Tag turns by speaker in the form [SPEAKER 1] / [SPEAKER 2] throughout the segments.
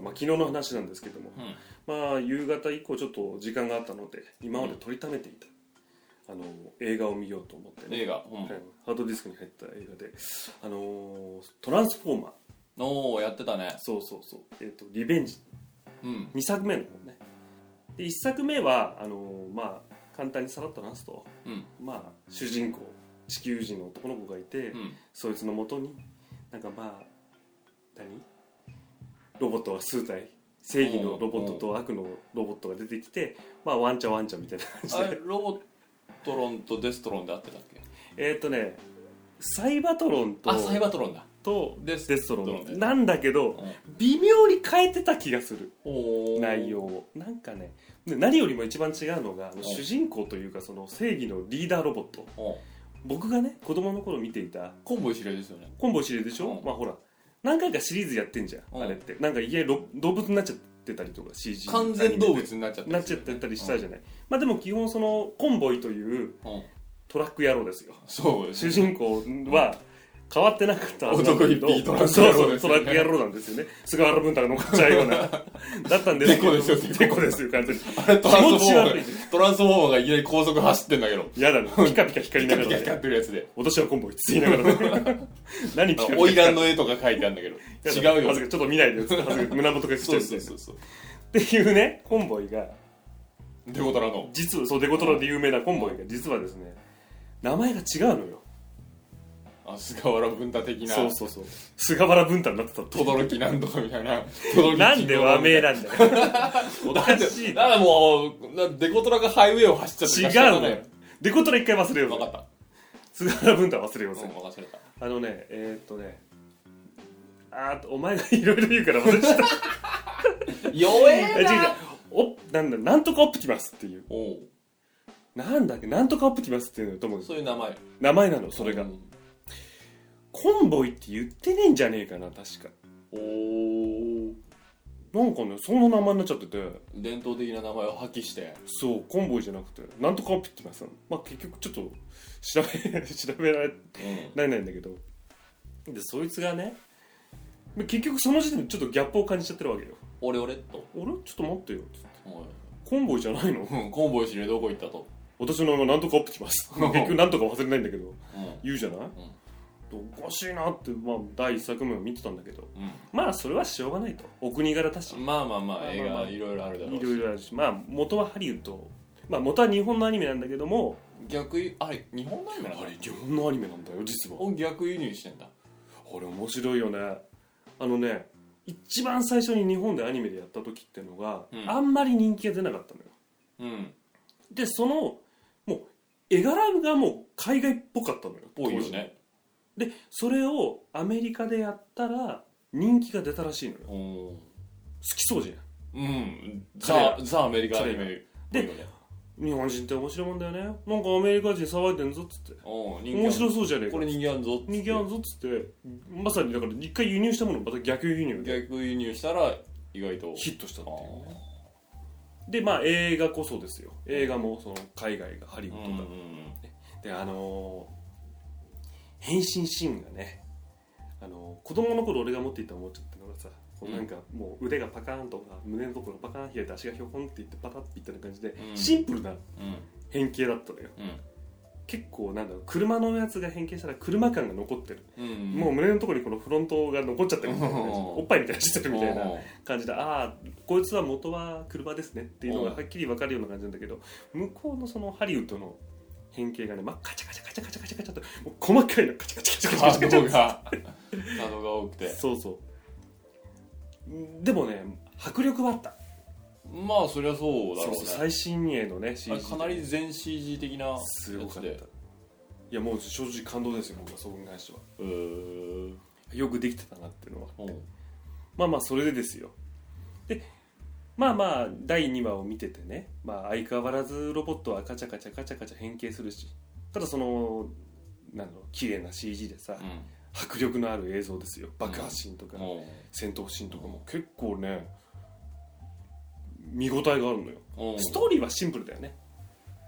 [SPEAKER 1] まあ、昨日の話なんですけども、
[SPEAKER 2] うん
[SPEAKER 1] まあ、夕方以降ちょっと時間があったので今まで取りためていた、あの映画を見ようと思ってね
[SPEAKER 2] 映画、うん
[SPEAKER 1] はいハードディスクに入った映画で「あのートランスフォーマー
[SPEAKER 2] おおやってたね」
[SPEAKER 1] そうそうそう、えーと「リベンジ
[SPEAKER 2] うん」
[SPEAKER 1] 2作目の方ねで1作目はあのーまあ簡単にさらっと話すと、
[SPEAKER 2] うん
[SPEAKER 1] まあ、主人公地球人の男の子がいて、
[SPEAKER 2] うん
[SPEAKER 1] そいつのもとになんかまあ何ロボットが数体正義のロボットと悪のロボットが出てきてまあワンチャワンチャみたいな
[SPEAKER 2] あ
[SPEAKER 1] 感じ
[SPEAKER 2] れ
[SPEAKER 1] で
[SPEAKER 2] ロボットロンとデストロンで合ってたっけ
[SPEAKER 1] えーっとねサイバトロンと
[SPEAKER 2] あサイバトロンだ
[SPEAKER 1] と
[SPEAKER 2] デ
[SPEAKER 1] デストロ
[SPEAKER 2] デストロン
[SPEAKER 1] ンなんだけど
[SPEAKER 2] うん
[SPEAKER 1] 微妙に変えてた気がする
[SPEAKER 2] おー
[SPEAKER 1] 内容をなんかねで何よりも一番違うのがあの
[SPEAKER 2] ん
[SPEAKER 1] 主人公というかその正義のリーダーロボット
[SPEAKER 2] うん
[SPEAKER 1] 僕がね子供の頃見ていた
[SPEAKER 2] コンボイ知り合いですよね
[SPEAKER 1] コンボ知りでしょ、
[SPEAKER 2] うん
[SPEAKER 1] まあほら何回かシリーズやってんじゃん、
[SPEAKER 2] うん
[SPEAKER 1] あれってなんか家ロ動物になっちゃってたりとか CG
[SPEAKER 2] 完全動物
[SPEAKER 1] に
[SPEAKER 2] になっちゃった
[SPEAKER 1] なっちゃってたりしたじゃない、まあでも基本そのコンボイという
[SPEAKER 2] ゃん、うん、
[SPEAKER 1] トラック野郎ですよ
[SPEAKER 2] そうで
[SPEAKER 1] 主
[SPEAKER 2] す
[SPEAKER 1] 人公は変わってなかったはずなんだけど
[SPEAKER 2] 男一匹トラック
[SPEAKER 1] そう
[SPEAKER 2] 野郎
[SPEAKER 1] そう
[SPEAKER 2] です
[SPEAKER 1] ト
[SPEAKER 2] よ
[SPEAKER 1] ラ
[SPEAKER 2] ね
[SPEAKER 1] ック野郎なんですよね菅原文太が残っちゃうよう なだったんですけど
[SPEAKER 2] デコですよデコ
[SPEAKER 1] デコですよ完全に
[SPEAKER 2] あれトランスフォーマ
[SPEAKER 1] 気持ち悪い
[SPEAKER 2] ートランスフォーマーがいきなり高速走ってんだけど
[SPEAKER 1] 嫌だねピカピカ光りながら、
[SPEAKER 2] ピカ ピカ
[SPEAKER 1] ね、
[SPEAKER 2] って るやつで
[SPEAKER 1] 私はコンボイついながら、ね、 何ピカピカ
[SPEAKER 2] 花魁の絵とか書いてあるんだけど
[SPEAKER 1] 嫌だ
[SPEAKER 2] 違うよ
[SPEAKER 1] 恥ずかしいちょっと見ないで恥ずかしい胸元が来ち
[SPEAKER 2] そ
[SPEAKER 1] ゃ
[SPEAKER 2] う
[SPEAKER 1] うみた
[SPEAKER 2] そ
[SPEAKER 1] いうな
[SPEAKER 2] そうそう
[SPEAKER 1] っていうねコンボイが
[SPEAKER 2] デコトラの
[SPEAKER 1] 実はそうデコトラで有名なコンボイが実はですね名前が違うのよ
[SPEAKER 2] あ菅原文太的な
[SPEAKER 1] そうそうそう菅原文太になってたって
[SPEAKER 2] 轟なんとかみたいな
[SPEAKER 1] なんで和名
[SPEAKER 2] だ
[SPEAKER 1] なんだよ お
[SPEAKER 2] だ
[SPEAKER 1] か
[SPEAKER 2] って
[SPEAKER 1] しい違う
[SPEAKER 2] だからもうなデコトラがハイウェイを走っちゃってるから
[SPEAKER 1] のよデコトラ一回忘れよう
[SPEAKER 2] 分かっ
[SPEAKER 1] ぜ菅
[SPEAKER 2] た
[SPEAKER 1] 原文太忘れよう
[SPEAKER 2] うん
[SPEAKER 1] ぜ
[SPEAKER 2] 分かれた
[SPEAKER 1] あのねえーっとねあーとお前がいろいろ言うから忘 れちゃった
[SPEAKER 2] 弱
[SPEAKER 1] え違う違
[SPEAKER 2] え
[SPEAKER 1] う
[SPEAKER 2] な
[SPEAKER 1] おなんだなんとかオプティマスっていう
[SPEAKER 2] おう
[SPEAKER 1] なんだっけなんとかオプティマスっていうのと思うんです
[SPEAKER 2] そういう名前
[SPEAKER 1] 名前なのそれが、
[SPEAKER 2] うん
[SPEAKER 1] コンボイって言ってねえんじゃねえかな確か
[SPEAKER 2] おー
[SPEAKER 1] なんかねそんな名前になっちゃってて
[SPEAKER 2] 伝統的な名前を破棄して
[SPEAKER 1] そうコンボイじゃなくてなんとかオプティマスなのまあ結局ちょっと調べ 調べられ
[SPEAKER 2] うん
[SPEAKER 1] ないないんだけどでそいつがね結局その時点でちょっとギャップを感じちゃってるわけよ
[SPEAKER 2] 俺俺と
[SPEAKER 1] 「あれちょっと待ってよ」つって
[SPEAKER 2] おい
[SPEAKER 1] コンボイじゃないの
[SPEAKER 2] うんコンボイ知り合いどこ行ったと
[SPEAKER 1] 私の名前なんとかオプティマス結局なんとか忘れないんだけど
[SPEAKER 2] うん
[SPEAKER 1] 言うじゃない、おかしいなって、まあ、第一作目を見てたんだけど
[SPEAKER 2] うん
[SPEAKER 1] まあそれはしょうがないとお国柄だし
[SPEAKER 2] まあまあま
[SPEAKER 1] まあま
[SPEAKER 2] あ
[SPEAKER 1] あ
[SPEAKER 2] 映画いろいろあるだろう
[SPEAKER 1] い
[SPEAKER 2] し
[SPEAKER 1] ろいろあるしまあ元はハリウッドまあ元は日本のアニメなんだけども
[SPEAKER 2] 逆輸あれ日本のアニメなの
[SPEAKER 1] あれ日本のアニメなんだよ実は
[SPEAKER 2] を逆輸入してんだ
[SPEAKER 1] あれ面白いよねあのね一番最初に日本でアニメでやった時ってのが、
[SPEAKER 2] うん
[SPEAKER 1] あんまり人気が出なかったのよ
[SPEAKER 2] うん
[SPEAKER 1] でそのもう絵柄がもう海外っぽかったのよ
[SPEAKER 2] 多いよね
[SPEAKER 1] 当時でそれをアメリカでやったら人気が出たらしいのよ好
[SPEAKER 2] おー
[SPEAKER 1] きそうじゃん
[SPEAKER 2] うん
[SPEAKER 1] 彼
[SPEAKER 2] ザ・
[SPEAKER 1] ら
[SPEAKER 2] ザ・アメリカア
[SPEAKER 1] 彼
[SPEAKER 2] ニ
[SPEAKER 1] ら
[SPEAKER 2] メ
[SPEAKER 1] で
[SPEAKER 2] 多いよね
[SPEAKER 1] 日本人って面白いもんだよねなんかアメリカ人騒いでんぞっつって
[SPEAKER 2] おー人気あ
[SPEAKER 1] 面
[SPEAKER 2] る
[SPEAKER 1] 白そうじゃねえか
[SPEAKER 2] これ人気あるぞ
[SPEAKER 1] 人気あんぞっつってまさにだから一回輸入したものをまた逆輸入で
[SPEAKER 2] 逆輸入したら意外と
[SPEAKER 1] ヒットしたっていうね
[SPEAKER 2] あ
[SPEAKER 1] でまあ映画こそですよ映画もその海外がハリウ
[SPEAKER 2] ー
[SPEAKER 1] ッ
[SPEAKER 2] うん
[SPEAKER 1] ドが、であのー変身シーンがね、あのー子供の頃俺が持っていたおもちゃってのがさこう
[SPEAKER 2] うん
[SPEAKER 1] なんかもう腕がパカーンとか胸のところがパカーン開いて足がひょこんっていってパタッていったような感じで、
[SPEAKER 2] うん
[SPEAKER 1] シンプルな
[SPEAKER 2] うん
[SPEAKER 1] 変形だったのよ結構なんだろう車のやつが変形したら車感が残ってる、
[SPEAKER 2] うんうん
[SPEAKER 1] もう胸のところにこのフロントが残っちゃってるみたいな感じ
[SPEAKER 2] うん
[SPEAKER 1] おっぱいみたいにしてるみたいな
[SPEAKER 2] おー
[SPEAKER 1] 感じでああこいつは元は車ですねっていうのがはっきり分かるような感じなんだけど向こうのそのハリウッドの変形がね、まあ、カチャカチャカチャカチャカチャカチャともう細かいのカチャカチャカチ ャカチャカチャカ
[SPEAKER 2] カ
[SPEAKER 1] チ
[SPEAKER 2] ードがカードが多くて
[SPEAKER 1] ャそうそうんでもね迫力はあった
[SPEAKER 2] まあそりゃそうだ
[SPEAKER 1] そ
[SPEAKER 2] ろ
[SPEAKER 1] うそう
[SPEAKER 2] うね
[SPEAKER 1] 最新鋭のね CG
[SPEAKER 2] あれかなり全 CG 的なや
[SPEAKER 1] すごか
[SPEAKER 2] つ
[SPEAKER 1] ったい
[SPEAKER 2] で
[SPEAKER 1] やもう正直感動ですよ僕はそこに関しては
[SPEAKER 2] うーん
[SPEAKER 1] よくできてたなっていうのは
[SPEAKER 2] おう
[SPEAKER 1] まあまあそれでですよでまあまあ第2話を見ててね、まあ、相変わらずロボットはカチャカチャカチャカチャ変形するしただそのなんだろう綺麗な CG でさ、
[SPEAKER 2] う
[SPEAKER 1] 迫力のある映像ですよ爆発シーンとか、
[SPEAKER 2] んおう
[SPEAKER 1] 戦闘シーンとかも結構ね見応えがあるのよ、
[SPEAKER 2] おう
[SPEAKER 1] ストーリーはシンプルだよね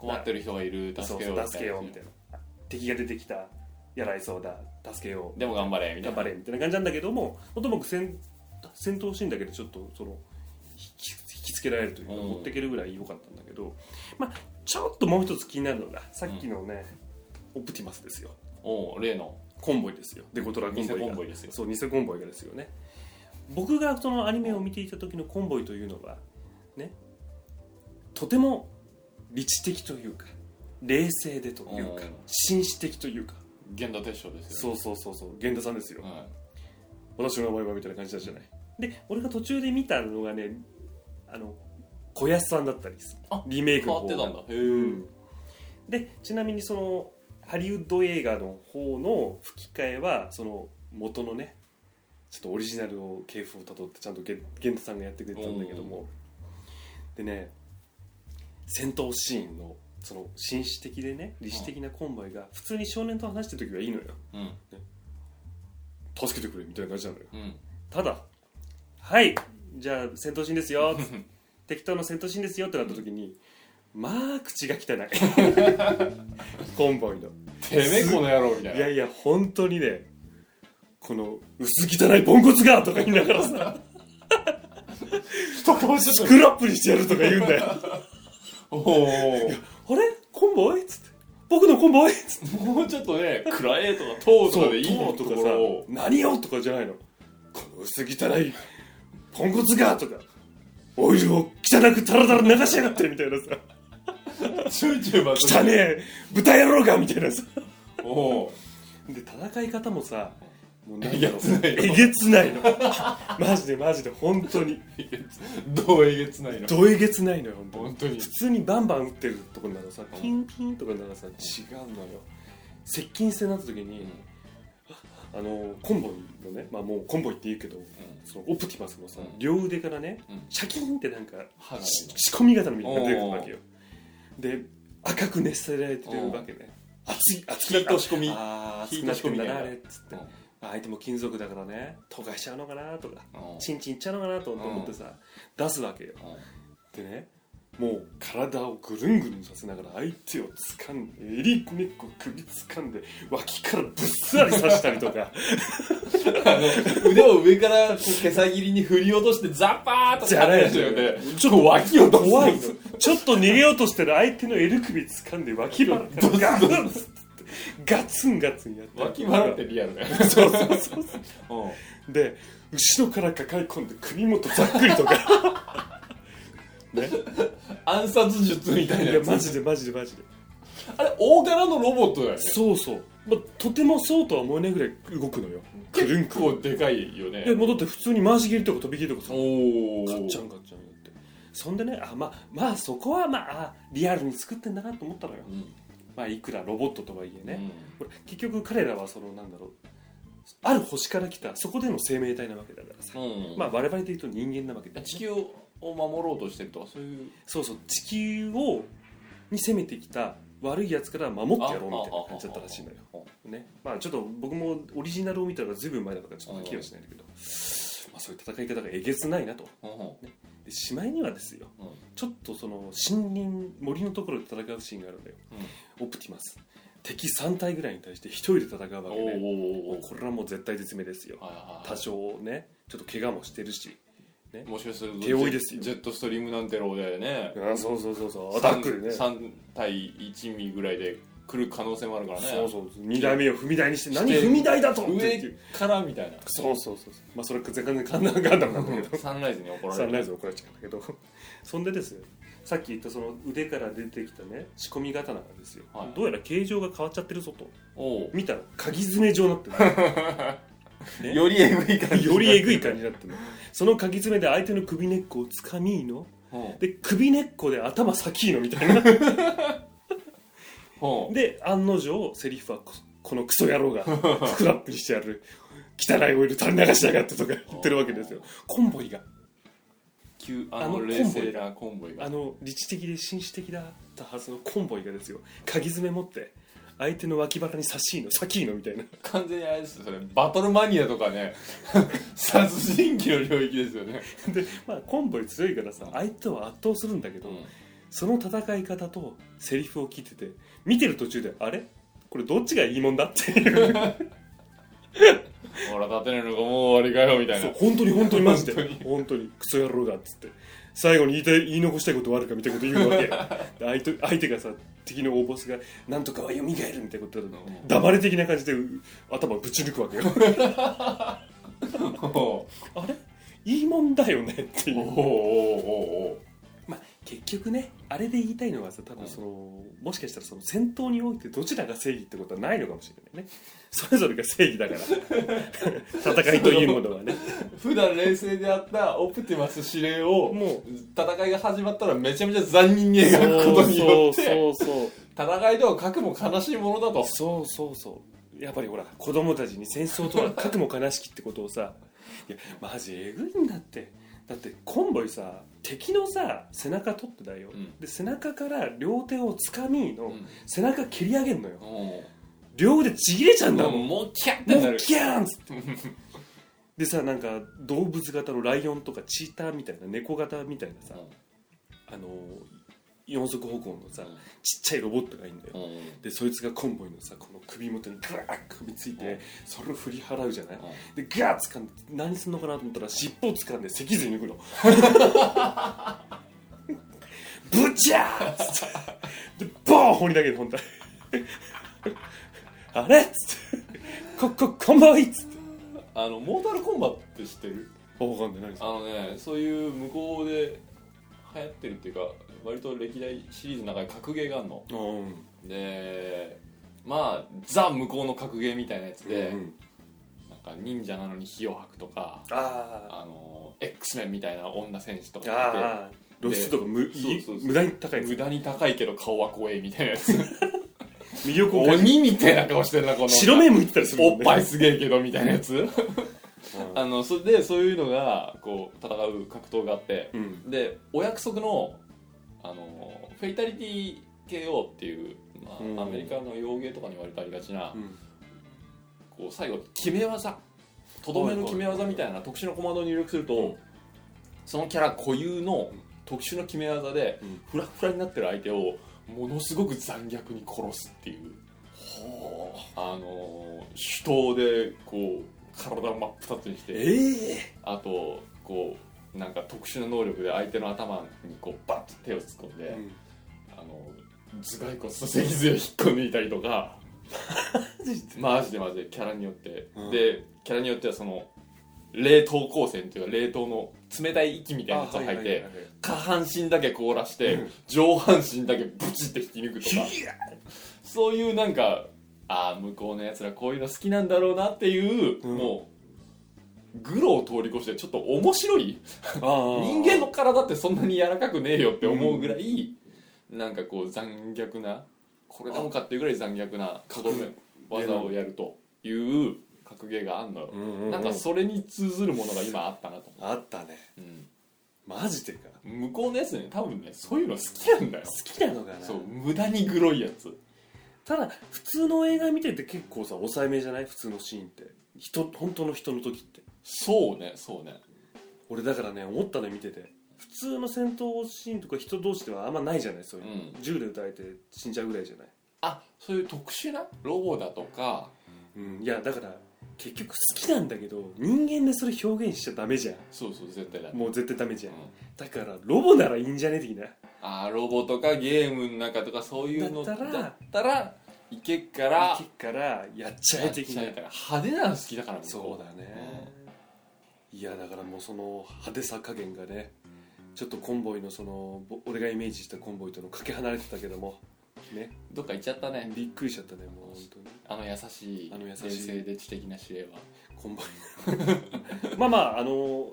[SPEAKER 2] 困ってる人がいる助け
[SPEAKER 1] そ
[SPEAKER 2] よ
[SPEAKER 1] う
[SPEAKER 2] う
[SPEAKER 1] そう助けようみたいな敵が出てきたやられそうだ助けよう
[SPEAKER 2] でも頑張れみたい
[SPEAKER 1] 頑
[SPEAKER 2] な
[SPEAKER 1] 張れみたいな感じなんだけどももともと戦戦闘シーンだけでちょっとその引き引きつけられるというか、
[SPEAKER 2] うん
[SPEAKER 1] 持っていけるぐらい良かったんだけど、まあ、ちょっともう一つ気になるのがさっきのね、オプティマスですよ
[SPEAKER 2] おう例の
[SPEAKER 1] コンボイですよデコトラコンボイが
[SPEAKER 2] 偽コンボイですよ
[SPEAKER 1] そう偽コンボイがですよね僕がそのアニメを見ていた時のコンボイというのはねとても理知的というか冷静でというか
[SPEAKER 2] うん
[SPEAKER 1] 紳士的というか
[SPEAKER 2] 源田鉄章です
[SPEAKER 1] そ
[SPEAKER 2] よ
[SPEAKER 1] う
[SPEAKER 2] ね
[SPEAKER 1] そうそうそう源田さんですよ
[SPEAKER 2] は
[SPEAKER 1] 私の名前はみたいな感じなんじゃないで俺が途中で見たのがねあの小安さんだったりです
[SPEAKER 2] あ
[SPEAKER 1] リメイ
[SPEAKER 2] い
[SPEAKER 1] クの
[SPEAKER 2] 変わ
[SPEAKER 1] 方
[SPEAKER 2] って
[SPEAKER 1] が
[SPEAKER 2] たんだへえ
[SPEAKER 1] でちなみにそのハリウッド映画の方の吹き替えはその元のねちょっとオリジナルを系譜をたどってちゃんと源太さんがやってくれてたんだけどもでね戦闘シーンのその紳士的でね理士的なコンボイが普通に少年と話してる時はいいのよ
[SPEAKER 2] うん
[SPEAKER 1] 助けてくれみたいな感じなのよ
[SPEAKER 2] うん
[SPEAKER 1] ただはいじゃあ戦闘シーンですよ 適当な戦闘シーンですよってなった時にまあ口が汚い コンボイの
[SPEAKER 2] てめえこの野郎みた
[SPEAKER 1] い
[SPEAKER 2] いな
[SPEAKER 1] やいや本当にねこの薄汚いポンコツがとか言いながら さ
[SPEAKER 2] 人殺し
[SPEAKER 1] ス
[SPEAKER 2] てくる
[SPEAKER 1] クラップにしてやるとか言うんだよ
[SPEAKER 2] おお
[SPEAKER 1] あれコンボイっつって僕のコンボイっつって
[SPEAKER 2] もうちょっとね暗えとか通とかでいい
[SPEAKER 1] そう
[SPEAKER 2] と
[SPEAKER 1] と
[SPEAKER 2] こ
[SPEAKER 1] かさ
[SPEAKER 2] ろを
[SPEAKER 1] 何をとかじゃないのこの薄汚いポンコツがとかオイルを汚くタラタラ流しやがってみたいなさ
[SPEAKER 2] チューチューバ
[SPEAKER 1] 汚ねえ豚野郎がみたいなさ
[SPEAKER 2] おお
[SPEAKER 1] で戦い方もさもう
[SPEAKER 2] えげつないの
[SPEAKER 1] えげつないの マジでマジで本当に
[SPEAKER 2] どうえげつないの
[SPEAKER 1] どえげつないのよ本当に
[SPEAKER 2] 本当に
[SPEAKER 1] 普通にバンバン打ってるとこにならさピンピンとかにならさ違うのよ接近してなった時に、あのコンボイのねまあもうコンボイって言うけどそのオプティマスのさ、
[SPEAKER 2] うん
[SPEAKER 1] 両腕からね、
[SPEAKER 2] うん
[SPEAKER 1] シャキーンってなんか
[SPEAKER 2] 歯が
[SPEAKER 1] し仕込み型のみたいなのが出てくるわけよで赤く熱せられてるわけね熱い熱
[SPEAKER 2] ヒート仕込み
[SPEAKER 1] ああ
[SPEAKER 2] ヒ
[SPEAKER 1] 熱
[SPEAKER 2] ー
[SPEAKER 1] くなって
[SPEAKER 2] ト仕込み
[SPEAKER 1] ん
[SPEAKER 2] み
[SPEAKER 1] だ
[SPEAKER 2] たいな
[SPEAKER 1] なあれっつって、あ相手も金属だからね溶かしちゃうのかなとか
[SPEAKER 2] うん
[SPEAKER 1] チンチンいっちゃうのかなと思ってさ、出すわけよでねもう体をぐるんぐるんさせながら相手を掴んで襟根っこ首掴んで脇からぶっさり刺したりと か
[SPEAKER 2] あの腕を上からこう毛先切りに振り落としてザッパーっと
[SPEAKER 1] じゃないで
[SPEAKER 2] で
[SPEAKER 1] す
[SPEAKER 2] す
[SPEAKER 1] よ
[SPEAKER 2] よ
[SPEAKER 1] ね
[SPEAKER 2] ねちょっと脇を
[SPEAKER 1] 怖い
[SPEAKER 2] の
[SPEAKER 1] のちょっと逃げようとしてる相手の襟首掴んで脇腹からガツンっつってガツンガツンやって
[SPEAKER 2] 脇腹ってリアルだよね
[SPEAKER 1] そうそうそうそ
[SPEAKER 2] うん
[SPEAKER 1] うで後ろから抱え込んで首元ざっくりとかね
[SPEAKER 2] 暗殺術みたいない
[SPEAKER 1] や
[SPEAKER 2] やつ
[SPEAKER 1] マジでマジでマジで
[SPEAKER 2] あれ大柄のロボットだよね
[SPEAKER 1] そうそう、まあ、とてもそうとは思えないぐらい動くのよくるん
[SPEAKER 2] 結
[SPEAKER 1] くる
[SPEAKER 2] 構でかいよね
[SPEAKER 1] んで戻って普通に回し蹴りとか飛び蹴りとかさ
[SPEAKER 2] おお
[SPEAKER 1] ガッチャンガッチャンやってそんでねあまあまあそこはまああリアルに作ってんだなと思ったのよ、まあいくらロボットとはいえね、これ結局彼らはそのなんだろうある星から来たそこでの生命体なわけだからさ、
[SPEAKER 2] うん
[SPEAKER 1] まあ我々で言うと人間なわけだ
[SPEAKER 2] 地球を守ろうとしてるとかそういう
[SPEAKER 1] そうそう地球をに攻めてきた悪いやつから守ってやろうみたいな感じだったらしいのよ
[SPEAKER 2] あああ
[SPEAKER 1] ねまあ、ちょっと僕もオリジナルを見たのが随分前だからちょっと気はしないんだけど、まあ、そういう戦い方がえげつないなと
[SPEAKER 2] あああ
[SPEAKER 1] でしまいにはですよ
[SPEAKER 2] うん
[SPEAKER 1] ちょっとその森林森のところで戦うシーンがあるんだよ、オプティマス敵3体ぐらいに対して1人で戦うわけで、
[SPEAKER 2] おー
[SPEAKER 1] これはもう絶対絶命ですよ
[SPEAKER 2] はいはい
[SPEAKER 1] 多少ねちょっと怪我もしてるし
[SPEAKER 2] もしかすると
[SPEAKER 1] 手負いですよ
[SPEAKER 2] ジェットストリームなんてろうだよね
[SPEAKER 1] あそうそうそうそうアタックでねそう
[SPEAKER 2] 3対1ミリぐらいで来る可能性もあるからね
[SPEAKER 1] そう2台目を踏み台にして
[SPEAKER 2] して
[SPEAKER 1] 何踏み台だとって言って
[SPEAKER 2] 上からみたいな
[SPEAKER 1] そうそうそうそうまあそれは全然ガンダムガンダムなんだけ ど
[SPEAKER 2] サンライズに怒られる
[SPEAKER 1] サンライズ怒られちゃうんだけど そんでですねさっき言ったその腕から出てきたね仕込み刀なんですよ、
[SPEAKER 2] はい
[SPEAKER 1] どうやら形状が変わっちゃってるぞと
[SPEAKER 2] おう
[SPEAKER 1] 見たら鍵爪状になってね
[SPEAKER 2] よりエグい感
[SPEAKER 1] る
[SPEAKER 2] じ
[SPEAKER 1] よりえぐい感じになってるその鍵爪で相手の首根っこをつかみいの
[SPEAKER 2] うん
[SPEAKER 1] で首根っこで頭先いのみたいな
[SPEAKER 2] うん
[SPEAKER 1] で案の定セリフはここのクソ野郎がスクラップにしてやる汚いオイル垂れ流しやがってとか言ってるわけですよコンボイが
[SPEAKER 2] 急あ
[SPEAKER 1] あの
[SPEAKER 2] の冷静なコンボイが
[SPEAKER 1] あの理知的で紳士的だったはずのコンボイがですよ鍵爪持って相手の脇腹に差しいの先いのみたいな
[SPEAKER 2] 完全にあれですよそれバトルマニアとかね殺人鬼の領域ですよね
[SPEAKER 1] でまあコンボイ強いからさ相手を圧倒するんだけど、その戦い方とセリフを聞いてて見てる途中であれこれどっちがいいもんだっていう
[SPEAKER 2] ほら立てねえのかもう終わりかよみたい
[SPEAKER 1] そう
[SPEAKER 2] な
[SPEAKER 1] 本当に本当にマジで
[SPEAKER 2] 本
[SPEAKER 1] 本
[SPEAKER 2] 当
[SPEAKER 1] 当にクソ野郎がっつって最後に言いたい言い残したいことはあるかみたいなこと言うわけで相手相手がさ敵の大ボスが「なんとかは蘇る」みたいなことだと黙れ的な感じでう頭ぶち抜くわけよ
[SPEAKER 2] お
[SPEAKER 1] あれいいもんだよねって
[SPEAKER 2] う
[SPEAKER 1] い
[SPEAKER 2] おうおう
[SPEAKER 1] う
[SPEAKER 2] おうおう
[SPEAKER 1] まあ結局ねあれで言いたいのがさ多分その、もしかしたらその戦闘においてどちらが正義ってことはないのかもしれないねそれぞれが正義だから 戦いというものはね
[SPEAKER 2] 普段冷静であったオプティマス司令を
[SPEAKER 1] もう
[SPEAKER 2] 戦いが始まったらめちゃめちゃ残忍に描く
[SPEAKER 1] そ
[SPEAKER 2] こ
[SPEAKER 1] う
[SPEAKER 2] とによって
[SPEAKER 1] そうそう
[SPEAKER 2] 戦いでは核も悲しいものだと
[SPEAKER 1] そうそうそうやっぱりほら子供たちに戦争とは核も悲しきってことをさいやマジえぐいんだってだってコンボイさ敵のさ背中取ってだよ、
[SPEAKER 2] うん
[SPEAKER 1] で背中から両手をつかみの、
[SPEAKER 2] うん
[SPEAKER 1] 背中蹴り上げんのよ
[SPEAKER 2] おう
[SPEAKER 1] 両腕ちぎれちゃうんだもん、
[SPEAKER 2] もうキャッてな
[SPEAKER 1] もう
[SPEAKER 2] る
[SPEAKER 1] キャーンっつってでさなんか動物型のライオンとかチーターみたいな猫型みたいなさ、あの四足歩行のさちっちゃいロボットがいいんだよ
[SPEAKER 2] うんうん
[SPEAKER 1] でそいつがコンボイのさこの首元にグワーッ首ついて、
[SPEAKER 2] うん
[SPEAKER 1] それを振り払うじゃない、
[SPEAKER 2] うん
[SPEAKER 1] でガーッ掴んで何すんのかなと思ったら尻尾を掴んで脊髄抜く のブチャーっつってでボーン放り投げる本体あれっつってここコンボイっつって
[SPEAKER 2] あのモータルコンバって知ってる
[SPEAKER 1] あわかんない何そ
[SPEAKER 2] あ
[SPEAKER 1] れ
[SPEAKER 2] のねそういう向こうで流行ってるっていうか割と歴代シリーズの中で格ゲーがあるの
[SPEAKER 1] うん
[SPEAKER 2] でまあザ向こうの格ゲーみたいなやつで、
[SPEAKER 1] うん
[SPEAKER 2] なんか忍者なのに火を吐くとか
[SPEAKER 1] あ
[SPEAKER 2] あの X メンみたいな女戦士と
[SPEAKER 1] ー
[SPEAKER 2] か
[SPEAKER 1] あー露出度が無
[SPEAKER 2] そうそうそう
[SPEAKER 1] 無駄に高
[SPEAKER 2] い
[SPEAKER 1] いで
[SPEAKER 2] て
[SPEAKER 1] す
[SPEAKER 2] 無駄に高いけど顔は怖いみたいなや つ
[SPEAKER 1] 魅力を感じ
[SPEAKER 2] 鬼みたいな顔してるなこの
[SPEAKER 1] 白目向いてたりするも
[SPEAKER 2] おっ
[SPEAKER 1] んね
[SPEAKER 2] ぱいすげえけどみたいなやつ
[SPEAKER 1] あ
[SPEAKER 2] あのそれでそういうのがこう戦う格闘があって
[SPEAKER 1] うん
[SPEAKER 2] でお約束のあのフェイタリティ KO っていう、まあ
[SPEAKER 1] うん
[SPEAKER 2] アメリカの洋芸とかに割とありがちな、
[SPEAKER 1] うん
[SPEAKER 2] こう最後決め技とどめの決め技みたいな特殊なコマンドを入力すると、
[SPEAKER 1] うん
[SPEAKER 2] そのキャラ固有の特殊な決め技で
[SPEAKER 1] うん
[SPEAKER 2] フラフラになってる相手をものすごく残虐に殺すっていう、あのー手刀でこう体を真っ二つにして
[SPEAKER 1] ええ
[SPEAKER 2] あとこうなんか特殊な能力で相手の頭にこうバッと手を突っ込んで、あの頭蓋骨と脊髄を引っこ抜いたりとか。マジでマジでキャラによって、
[SPEAKER 1] うん
[SPEAKER 2] でキャラによってはその冷凍光線というか冷凍の冷たい息みたいなやつを吐いて、下半身だけ凍らして、
[SPEAKER 1] うん
[SPEAKER 2] 上半身だけブチって引き抜くと
[SPEAKER 1] ひ
[SPEAKER 2] か
[SPEAKER 1] や
[SPEAKER 2] そういうなんかああ向こうのやつらこういうの好きなんだろうなっていう、
[SPEAKER 1] うん
[SPEAKER 2] もうグロを通り越してちょっと面白い
[SPEAKER 1] 人
[SPEAKER 2] 人間の体ってそんなに柔らかくねえよって思うぐらい、なんかこう残虐なこれでもかっていうぐらい残虐なとどめ技をやるという格ゲーがあんのよ、なんかそれに通ずるものが今あったなと、
[SPEAKER 1] あったねマジでか好
[SPEAKER 2] 向こうのやつね多分ねそういうの好きなんだよ
[SPEAKER 1] きなのかな
[SPEAKER 2] そう無駄にグロいやつ
[SPEAKER 1] ただ普通の映画見てて結構さ抑えめじゃない普通のシーンって人本当の人の時って
[SPEAKER 2] そうねそうね
[SPEAKER 1] 俺だからね思ったの見てて普通の戦闘シーンとか人同士ではあんまないじゃないそう
[SPEAKER 2] う
[SPEAKER 1] いうの、
[SPEAKER 2] ん
[SPEAKER 1] 銃で撃たれて死んじゃうぐらいじゃない、
[SPEAKER 2] あそういう特殊なロボだとか
[SPEAKER 1] うん、いやだから結局好きなんだけど人間でそれ表現しちゃダメじゃ
[SPEAKER 2] そうそう絶対だ、うんん、
[SPEAKER 1] もう絶対ダメじゃんだからロボならいいんじゃね的な
[SPEAKER 2] あーロボとかゲームの中とかそういうのだ
[SPEAKER 1] だ
[SPEAKER 2] っ
[SPEAKER 1] ったら
[SPEAKER 2] たらいけっから
[SPEAKER 1] 結からやっちゃえ的な
[SPEAKER 2] 派手なの好きだから
[SPEAKER 1] そうだね、いやだからもうその派手さ加減がねちょっとコンボイのそのぼ俺がイメージしたコンボイとのかけ離れてたけどもね
[SPEAKER 2] どっか行っちゃったね
[SPEAKER 1] びっくりしちゃったねもう本当に
[SPEAKER 2] あの優しい
[SPEAKER 1] あの優しい
[SPEAKER 2] 冷静で知的な指令は
[SPEAKER 1] コンボイ まあまああの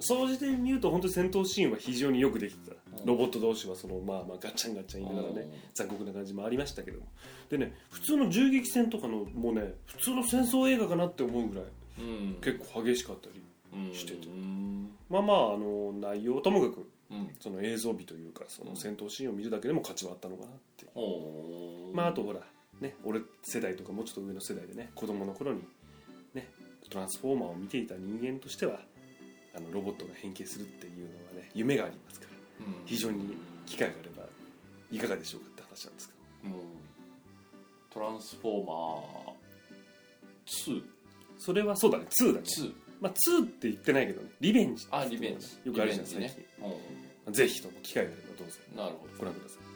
[SPEAKER 1] 総じて見ると本当に戦闘シーンは非常によくできてた、
[SPEAKER 2] うん
[SPEAKER 1] ロボット同士はそのまあまあガッチャンガッチャン言いながらね、残酷な感じもありましたけどもでね普通の銃撃戦とかのもうね普通の戦争映画かなって思うぐらい
[SPEAKER 2] うん
[SPEAKER 1] 結構激しかったり
[SPEAKER 2] 構
[SPEAKER 1] してて
[SPEAKER 2] うん
[SPEAKER 1] まあまああの内容ともかく
[SPEAKER 2] うん
[SPEAKER 1] その映像美というかその戦闘シーンを見るだけでも価値はあったのかなっていう
[SPEAKER 2] ほう
[SPEAKER 1] まああとほらね俺世代とかもうちょっと上の世代でね子供の頃にねトランスフォーマーを見ていた人間としてはあのロボットが変形するっていうのはね夢がありますから
[SPEAKER 2] うん
[SPEAKER 1] 非常に機会があればいかがでしょうかって話なんですけど
[SPEAKER 2] うんトランスフォーマー2
[SPEAKER 1] それはそうだね2だね
[SPEAKER 2] 2
[SPEAKER 1] まあ2って言ってないけどねリベンジ
[SPEAKER 2] あリベンジ
[SPEAKER 1] よくあるじゃん
[SPEAKER 2] リベンジ
[SPEAKER 1] 最
[SPEAKER 2] ね、
[SPEAKER 1] 近ぜひとも機会があればどうぞ
[SPEAKER 2] うんなるほど
[SPEAKER 1] ご覧ください